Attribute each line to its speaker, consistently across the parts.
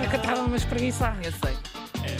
Speaker 1: É que eu estava uma espreguiçar.
Speaker 2: Ah, Eu sei.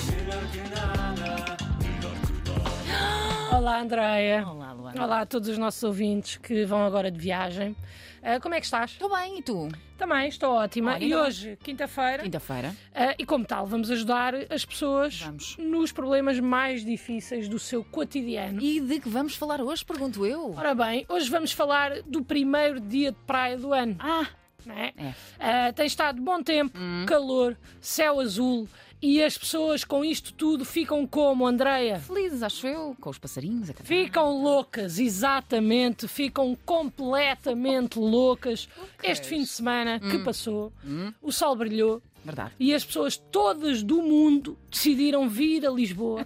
Speaker 1: Olá, Andréia.
Speaker 2: Olá, Luana.
Speaker 1: Olá a todos os nossos ouvintes que vão agora de viagem. Ah, como é que estás?
Speaker 2: Estou bem, e tu?
Speaker 1: Também, estou ótima.
Speaker 2: Olha,
Speaker 1: e
Speaker 2: ainda bem.
Speaker 1: hoje, quinta-feira,
Speaker 2: Quinta-feira.
Speaker 1: ah, e como tal, vamos ajudar as pessoas
Speaker 2: Vamos.
Speaker 1: nos problemas mais difíceis do seu cotidiano.
Speaker 2: E de que vamos falar hoje, pergunto eu?
Speaker 1: Ora bem, hoje vamos falar do primeiro dia de praia do ano.
Speaker 2: Ah,
Speaker 1: não é?
Speaker 2: É. Hum.
Speaker 1: Ah, tem estado bom tempo, calor, céu azul e as pessoas com isto tudo ficam como, Andreia?
Speaker 2: felizes, acho eu, com os passarinhos a cantar.
Speaker 1: Ficam loucas, exatamente, ficam completamente loucas. Este fim de semana que passou, o sol brilhou
Speaker 2: Verdade.
Speaker 1: e as pessoas todas do mundo decidiram vir a Lisboa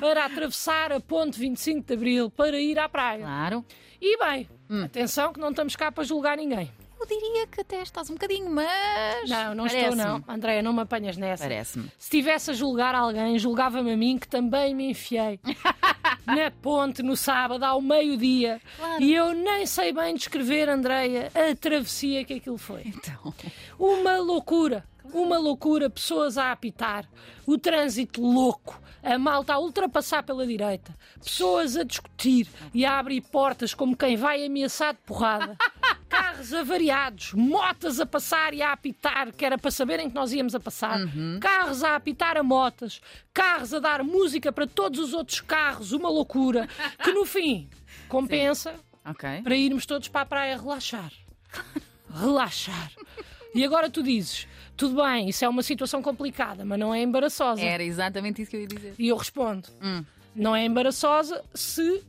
Speaker 1: para atravessar a ponte 25 de Abril para ir à praia.
Speaker 2: Claro.
Speaker 1: E bem, atenção que não estamos cá para julgar ninguém.
Speaker 2: Eu diria que até estás um bocadinho, mas.
Speaker 1: Não, não
Speaker 2: Parece-me.
Speaker 1: estou não. Andreia, não me apanhas nessa.
Speaker 2: Parece-me.
Speaker 1: Se tivesse a julgar alguém, julgava-me a mim, que também me enfiei na ponte no sábado, ao meio-dia.
Speaker 2: Claro.
Speaker 1: E eu nem sei bem descrever, Andreia, a travessia que aquilo foi.
Speaker 2: Então.
Speaker 1: Uma loucura, uma loucura, pessoas a apitar, o trânsito louco. A malta a ultrapassar pela direita, pessoas a discutir e a abrir portas como quem vai ameaçar de porrada, carros avariados, motas a passar e a apitar, que era para saberem que nós íamos a passar, carros a apitar a motas, carros a dar música para todos os outros carros, uma loucura, que no fim compensa
Speaker 2: Ok.
Speaker 1: para irmos todos para a praia relaxar. Relaxar. E agora tu dizes: tudo bem, isso é uma situação complicada, mas não é embaraçosa.
Speaker 2: Era exatamente isso que eu ia dizer.
Speaker 1: E eu respondo:
Speaker 2: Hum.
Speaker 1: não é embaraçosa se,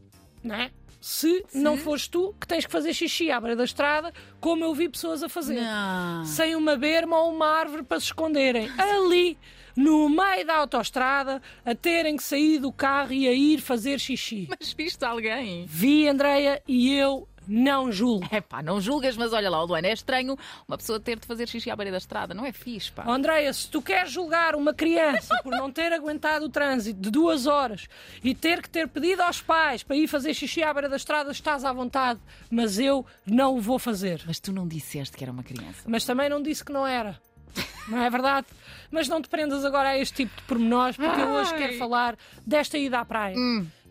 Speaker 1: não é? se não fores tu que tens que fazer xixi à beira da estrada, como eu vi pessoas a fazer.
Speaker 2: Não.
Speaker 1: Sem uma berma ou uma árvore para se esconderem. Ali, no meio da autoestrada, a terem que sair do carro e a ir fazer xixi.
Speaker 2: Mas viste alguém?
Speaker 1: Vi, Andreia, e eu não julgo.
Speaker 2: Epá, não julgas, mas olha lá, o Luana, é estranho uma pessoa ter de fazer xixi à beira da estrada, não é fixe, pá.
Speaker 1: Andréia, se tu queres julgar uma criança por não ter aguentado o trânsito de duas horas e ter que ter pedido aos pais para ir fazer xixi à beira da estrada, estás à vontade, mas eu não o vou fazer.
Speaker 2: Mas tu não disseste que era uma criança.
Speaker 1: Mas também não disse que não era. Não é verdade? Mas não te prendas agora a este tipo de pormenores, porque eu hoje
Speaker 2: Ai.
Speaker 1: quero falar desta ida à praia.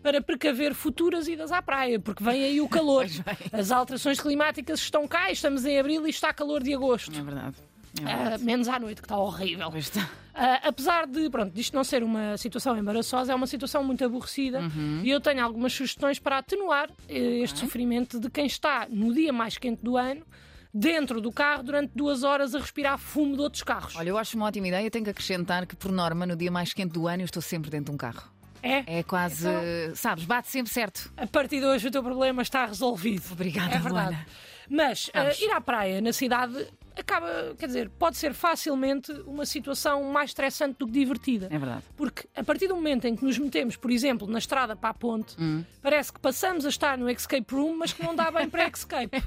Speaker 1: Para precaver futuras idas à praia, porque vem aí o calor. As alterações climáticas estão cá, estamos em abril e está calor de agosto.
Speaker 2: É verdade. É
Speaker 1: Ah,
Speaker 2: verdade.
Speaker 1: menos à noite, que está horrível.
Speaker 2: Pois tá. está.
Speaker 1: Ah, apesar de, pronto, disto não ser uma situação embaraçosa, é uma situação muito aborrecida
Speaker 2: Uhum.
Speaker 1: e eu tenho algumas sugestões para atenuar eh, este sofrimento de quem está no dia mais quente do ano, dentro do carro, durante duas horas a respirar fumo de outros carros.
Speaker 2: Olha, eu acho uma ótima ideia. Eu tenho que acrescentar que, por norma, no dia mais quente do ano, eu estou sempre dentro de um carro.
Speaker 1: é,
Speaker 2: É quase. Sabes, bate sempre certo.
Speaker 1: a partir de hoje o teu problema está resolvido.
Speaker 2: Obrigada,
Speaker 1: É verdade.
Speaker 2: Luana.
Speaker 1: Mas ah,
Speaker 2: Vamos.
Speaker 1: ir à praia na cidade acaba, quer dizer, pode ser facilmente uma situação mais estressante do que divertida.
Speaker 2: É verdade.
Speaker 1: Porque a partir do momento em que nos metemos, por exemplo, na estrada para a ponte,
Speaker 2: Hum.
Speaker 1: parece que passamos a estar no escape room, mas que não dá bem para escape.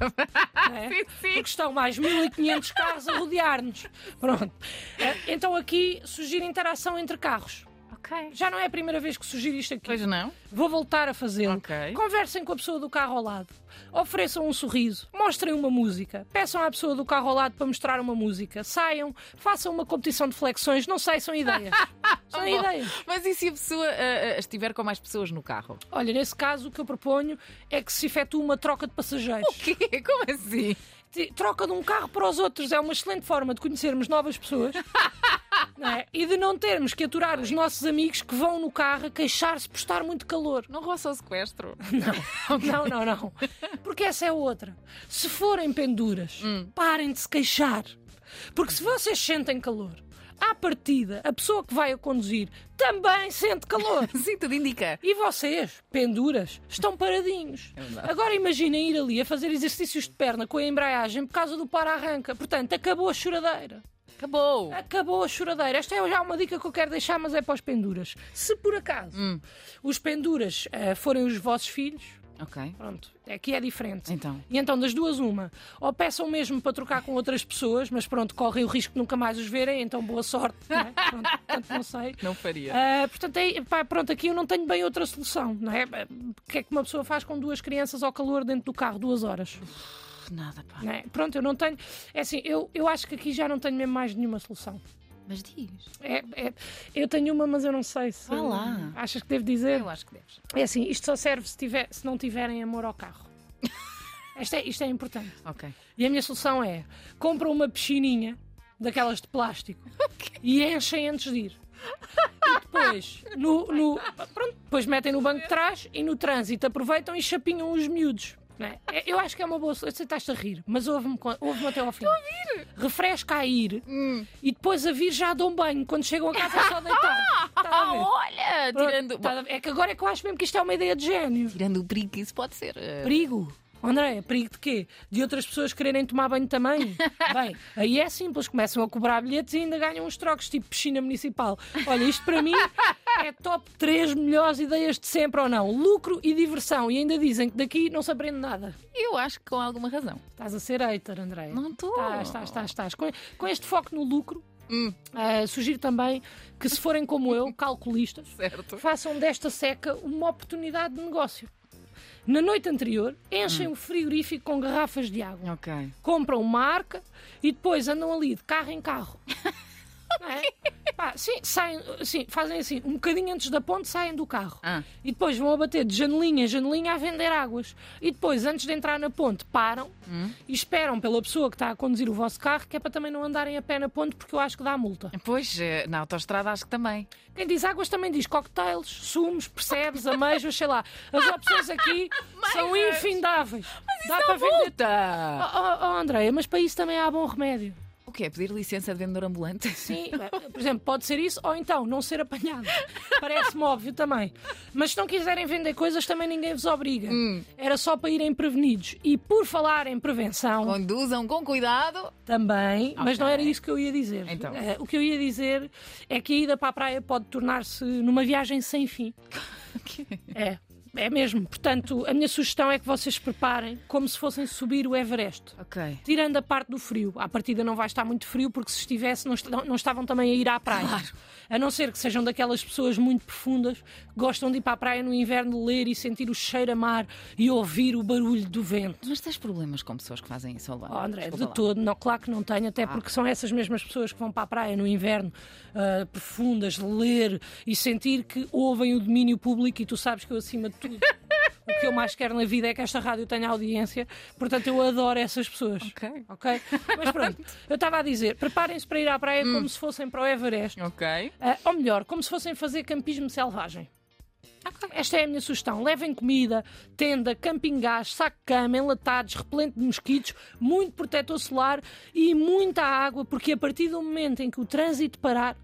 Speaker 1: não é? Porque estão mais 1500 carros a rodear-nos. Pronto. Eh, Então aqui sugiro interação entre carros.
Speaker 2: Ok.
Speaker 1: Já não é a primeira vez que sugiro isto aqui.
Speaker 2: Pois não?
Speaker 1: Vou voltar a fazê-lo.
Speaker 2: Ok.
Speaker 1: Conversem com a pessoa do carro ao lado. Ofereçam um sorriso. Mostrem uma música. Peçam à pessoa do carro ao lado para mostrar uma música. Saiam. Façam uma competição de flexões. Não sei, são ideias. São
Speaker 2: Oh, Bom,
Speaker 1: ideias.
Speaker 2: Mas e se a pessoa ah, ah, estiver com mais pessoas no carro?
Speaker 1: Olha, nesse caso, o que eu proponho é que se efetue uma troca de passageiros.
Speaker 2: Quê? Como assim?
Speaker 1: Ti- Troca de um carro para os outros é uma excelente forma de conhecermos novas pessoas não é? e de não termos que aturar os nossos amigos que vão no carro a queixar-se por estar muito calor.
Speaker 2: Não roça o sequestro.
Speaker 1: Não, não, não. Porque essa é outra. Se forem penduras, parem de se queixar. Porque se vocês sentem calor, à partida, a pessoa que vai a conduzir também sente calor.
Speaker 2: Sim, tudo indica.
Speaker 1: E vocês, penduras, estão paradinhos. Agora imaginem ir ali a fazer exercícios de perna com a embreagem por causa do para-arranca. Portanto, acabou a choradeira.
Speaker 2: Acabou.
Speaker 1: Acabou a choradeira. Esta é já uma dica que eu quero deixar, mas é para os penduras. Se por acaso os penduras eh, forem os vossos filhos,
Speaker 2: Ok.
Speaker 1: pronto, aqui é diferente.
Speaker 2: Então.
Speaker 1: E então, das duas, uma. Ou peçam mesmo para trocar com outras pessoas, mas pronto, correm o risco de nunca mais os verem, então boa sorte. Não é? Pronto, portanto, não sei.
Speaker 2: Não faria.
Speaker 1: Ah, portanto, aí, pá, pronto, aqui eu não tenho bem outra solução, não é? O que é que uma pessoa faz com duas crianças ao calor dentro do carro duas horas?
Speaker 2: de Ah, nada, pá.
Speaker 1: Não é? Pronto, eu não tenho. É assim, eu, eu acho que aqui já não tenho mesmo mais nenhuma solução.
Speaker 2: Mas diz.
Speaker 1: É- é- eu tenho uma, mas eu não sei se.
Speaker 2: Vá lá.
Speaker 1: Achas que devo dizer?
Speaker 2: Eu acho que deves.
Speaker 1: É assim, isto só serve se, tiver, se não tiverem amor ao carro. Isto é, isto é importante.
Speaker 2: Ok.
Speaker 1: E a minha solução é: compra uma piscininha daquelas de plástico e enchem antes de ir. E depois, no, no- pronto, depois metem no banco de trás e no trânsito aproveitam e chapinham os miúdos. não é? É- Eu acho que é uma boa solução. Eu sei que estás a rir, mas ouve-me co- ouve-me até ao final. Estou a Hum. vir. Refresca a ir e depois a vir já dão banho. Quando chegam a casa é só deitar. Está a
Speaker 2: Ah,
Speaker 1: ver?
Speaker 2: olha!
Speaker 1: Pronto,
Speaker 2: Tirando,
Speaker 1: está a ver? É que agora é que eu acho mesmo que isto é uma ideia de gênio.
Speaker 2: tirando o perigo que isso pode ser. eh,
Speaker 1: Perigo. André, perigo de quê? De outras pessoas quererem tomar banho também? Bem, aí é simples, começam a cobrar bilhetes e ainda ganham uns trocos, tipo piscina municipal. Olha, isto para mim é top 3 melhores ideias de sempre ou não. Lucro e diversão. E ainda dizem que daqui não se aprende nada.
Speaker 2: Eu acho que com alguma razão.
Speaker 1: Estás a ser hater, André.
Speaker 2: Não estou.
Speaker 1: Estás, estás, estás, estás. Com, com este foco no lucro,
Speaker 2: Hum.
Speaker 1: ah, sugiro também que se forem como eu, calculistas,
Speaker 2: Certo.
Speaker 1: façam desta seca uma oportunidade de negócio. Na noite anterior, enchem o frigorífico com garrafas de água,
Speaker 2: Ok.
Speaker 1: compram uma arca e depois andam ali de carro em carro. Não é? Pá, sim, saem, sim, fazem assim, um bocadinho antes da ponte saem do carro.
Speaker 2: Ah.
Speaker 1: E depois vão a bater de janelinha em janelinha a vender águas. E depois, antes de entrar na ponte, param e esperam pela pessoa que está a conduzir o vosso carro, que é para também não andarem a pé na ponte, porque eu acho que dá multa.
Speaker 2: Pois, eh, na autoestrada acho que também.
Speaker 1: Quem diz águas também diz cocktails, sumos, percebes, ameijas, sei lá. As opções aqui são
Speaker 2: Ameijas.
Speaker 1: infindáveis. Dá
Speaker 2: é um
Speaker 1: para vender. Oh,
Speaker 2: Puta!
Speaker 1: oh, oh, Andréia, mas para isso também há bom remédio.
Speaker 2: O que é? Pedir licença de vendedor ambulante?
Speaker 1: Sim, por exemplo, pode ser isso ou então não ser apanhado. Parece-me óbvio também. Mas se não quiserem vender coisas, também ninguém vos obriga.
Speaker 2: Hum.
Speaker 1: Era só para irem prevenidos. E por falar em prevenção,
Speaker 2: Conduzam com cuidado.
Speaker 1: Também, mas não era
Speaker 2: Ok.
Speaker 1: isso que eu ia dizer.
Speaker 2: Então.
Speaker 1: Eh, o que eu ia dizer é que a ida para a praia pode tornar-se numa viagem sem fim. É, é mesmo. Portanto, a minha sugestão é que vocês se preparem como se fossem subir o Everest.
Speaker 2: Ok.
Speaker 1: Tirando a parte do frio, à partida não vai estar muito frio, porque se estivesse, não, est- não- não estavam também a ir à praia. A não ser que sejam daquelas pessoas muito profundas que gostam de ir para a praia no inverno ler e sentir o cheiro a mar e ouvir o barulho do vento.
Speaker 2: Mas tens problemas com pessoas que fazem isso, Olá.
Speaker 1: Oh, André, de todo, não, claro que não tenho, até porque são essas mesmas pessoas que vão para a praia no inverno, ah, profundas, ler e sentir que ouvem o domínio público e tu sabes que eu, acima de tudo, o que eu mais quero na vida é que esta rádio tenha audiência, portanto eu adoro essas pessoas.
Speaker 2: Ok.
Speaker 1: Ok? Mas pronto, eu estava a dizer, preparem-se para ir à praia como se fossem para o Everest,
Speaker 2: Ok.
Speaker 1: ah, ou melhor, como se fossem fazer campismo selvagem. Esta é a minha sugestão. Levem comida, tenda, camping gás, saco de cama, enlatados, repelente de mosquitos, muito protetor solar e muita água, porque a partir do momento em que o trânsito parar,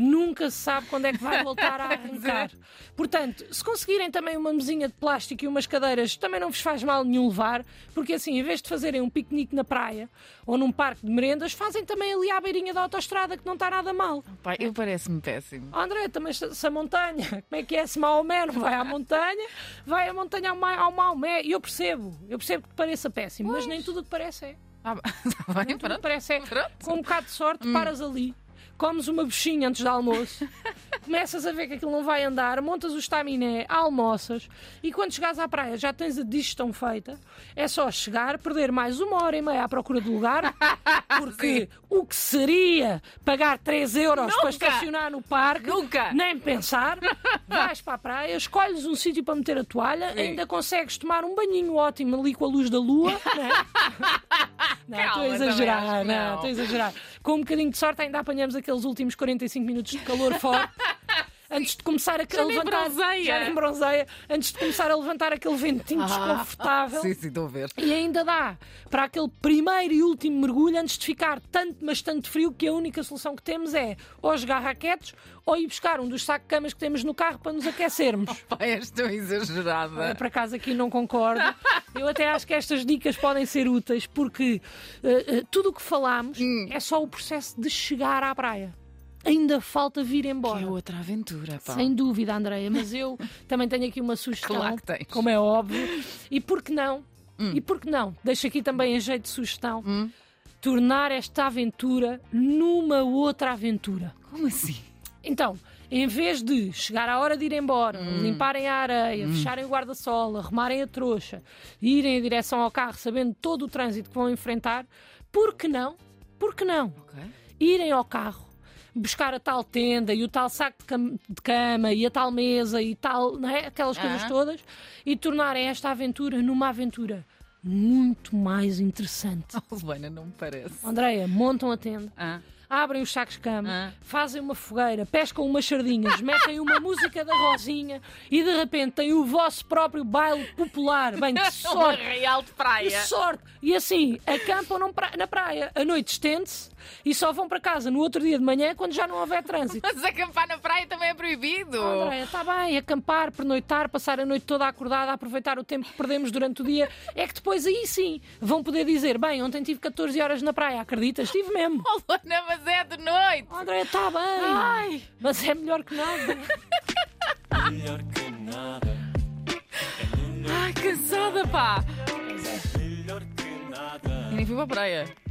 Speaker 1: nunca se sabe quando é que vai voltar a arrancar. Portanto, se conseguirem também uma mesinha de plástico e umas cadeiras, também não vos faz mal nenhum levar, porque assim, em vez de fazerem um piquenique na praia ou num parque de merendas, fazem também ali à beirinha da autoestrada, que não está nada mal.
Speaker 2: Pai, eu parece-me péssimo.
Speaker 1: Oh, André, também se se a montanha, como é que é? Se Maomé não vai à montanha, vai a montanha ao, Ma ao Maomé. E eu percebo, eu percebo que te pareça péssimo, mas nem tudo o que parece é.
Speaker 2: Ah, está bem,
Speaker 1: Tudo o que
Speaker 2: pronto.
Speaker 1: parece é.
Speaker 2: Pronto. Hum.
Speaker 1: Com um bocado de sorte, paras ali, comes uma bochinha antes do almoço, começas a ver que aquilo não vai andar, montas o estaminé, almoças e quando chegares à praia já tens a digestão feita. É só chegar, perder mais uma hora e meia à procura do lugar, porque o que seria pagar 3 euros para
Speaker 2: Nunca!
Speaker 1: estacionar no parque,
Speaker 2: Nunca!
Speaker 1: nem pensar, vais para a praia, escolhes um sítio para meter a toalha, ainda consegues tomar um banhinho ótimo ali com a luz da lua, não é? Não, estou a
Speaker 2: Calma, também
Speaker 1: exagerar,
Speaker 2: acho
Speaker 1: não,
Speaker 2: que não.
Speaker 1: estou a exagerar. Com um bocadinho de sorte, ainda apanhamos aqueles últimos 45 minutos de calor forte. Antes de começar a, a
Speaker 2: nem
Speaker 1: levantar.
Speaker 2: bronzeia. Ah,
Speaker 1: Já nem bronzeia. Antes de começar a levantar aquele ventinho desconfortável.
Speaker 2: Sim, sim, estou a ver.
Speaker 1: E ainda dá para aquele primeiro e último mergulho antes de ficar tanto, mas tanto frio que a única solução que temos é ou jogar raquetes ou ir buscar um dos sacos-camas que temos no carro para nos aquecermos.
Speaker 2: Pai, és tão
Speaker 1: Eu,
Speaker 2: exagerada.
Speaker 1: por acaso aqui não concordo. Eu até acho que estas dicas podem ser úteis porque eh, eh, tudo o que falámos
Speaker 2: Hum.
Speaker 1: é só o processo de chegar à praia. Ainda falta vir embora.
Speaker 2: É outra aventura, pá.
Speaker 1: Sem dúvida, Andreia, mas eu também tenho aqui uma sugestão,
Speaker 2: Claro que tens.
Speaker 1: como é óbvio. E por que não? E por que não? Deixo aqui também em jeito de sugestão. Tornar esta aventura numa outra aventura.
Speaker 2: Como assim?
Speaker 1: Então, em vez de chegar à hora de ir embora, limparem a areia, fecharem o guarda-sol, arrumarem a trouxa, irem em direção ao carro sabendo todo o trânsito que vão enfrentar, por que não? Por que não?
Speaker 2: Ok.
Speaker 1: irem ao carro, buscar a tal tenda e o tal saco de cam- de cama e a tal mesa e tal, não é? aquelas coisas
Speaker 2: Ah.
Speaker 1: todas, e tornarem esta aventura numa aventura muito mais interessante.
Speaker 2: Oh, Luana, não me parece.
Speaker 1: Andreia, montam a tenda,
Speaker 2: Ah,
Speaker 1: abrem os sacos de cama,
Speaker 2: Ah.
Speaker 1: fazem uma fogueira, pescam umas sardinhas, metem uma música da Rosinha e de repente têm o vosso próprio baile popular. Bem, que
Speaker 2: uma
Speaker 1: sorte!
Speaker 2: real de
Speaker 1: Que
Speaker 2: praia.
Speaker 1: sorte! E assim, acampam num pra- na praia, a noite estende-se e só vão para casa no outro dia de manhã quando já não houver trânsito.
Speaker 2: Mas acampar na praia também é proibido.
Speaker 1: Oh, Andréia, está bem, acampar, pernoitar, passar a noite toda acordada, aproveitar o tempo que perdemos durante o dia. É que depois aí sim vão poder dizer: bem, ontem tive 14 horas na praia, acreditas? Estive mesmo.
Speaker 2: Oh, Luana, mas é de noite.
Speaker 1: Oh, Andréia, está bem,
Speaker 2: Ai.
Speaker 1: mas é melhor que nada.
Speaker 3: Melhor que nada,
Speaker 2: Ai, cansada, pá.
Speaker 3: melhor que nada.
Speaker 2: E nem fui para a praia.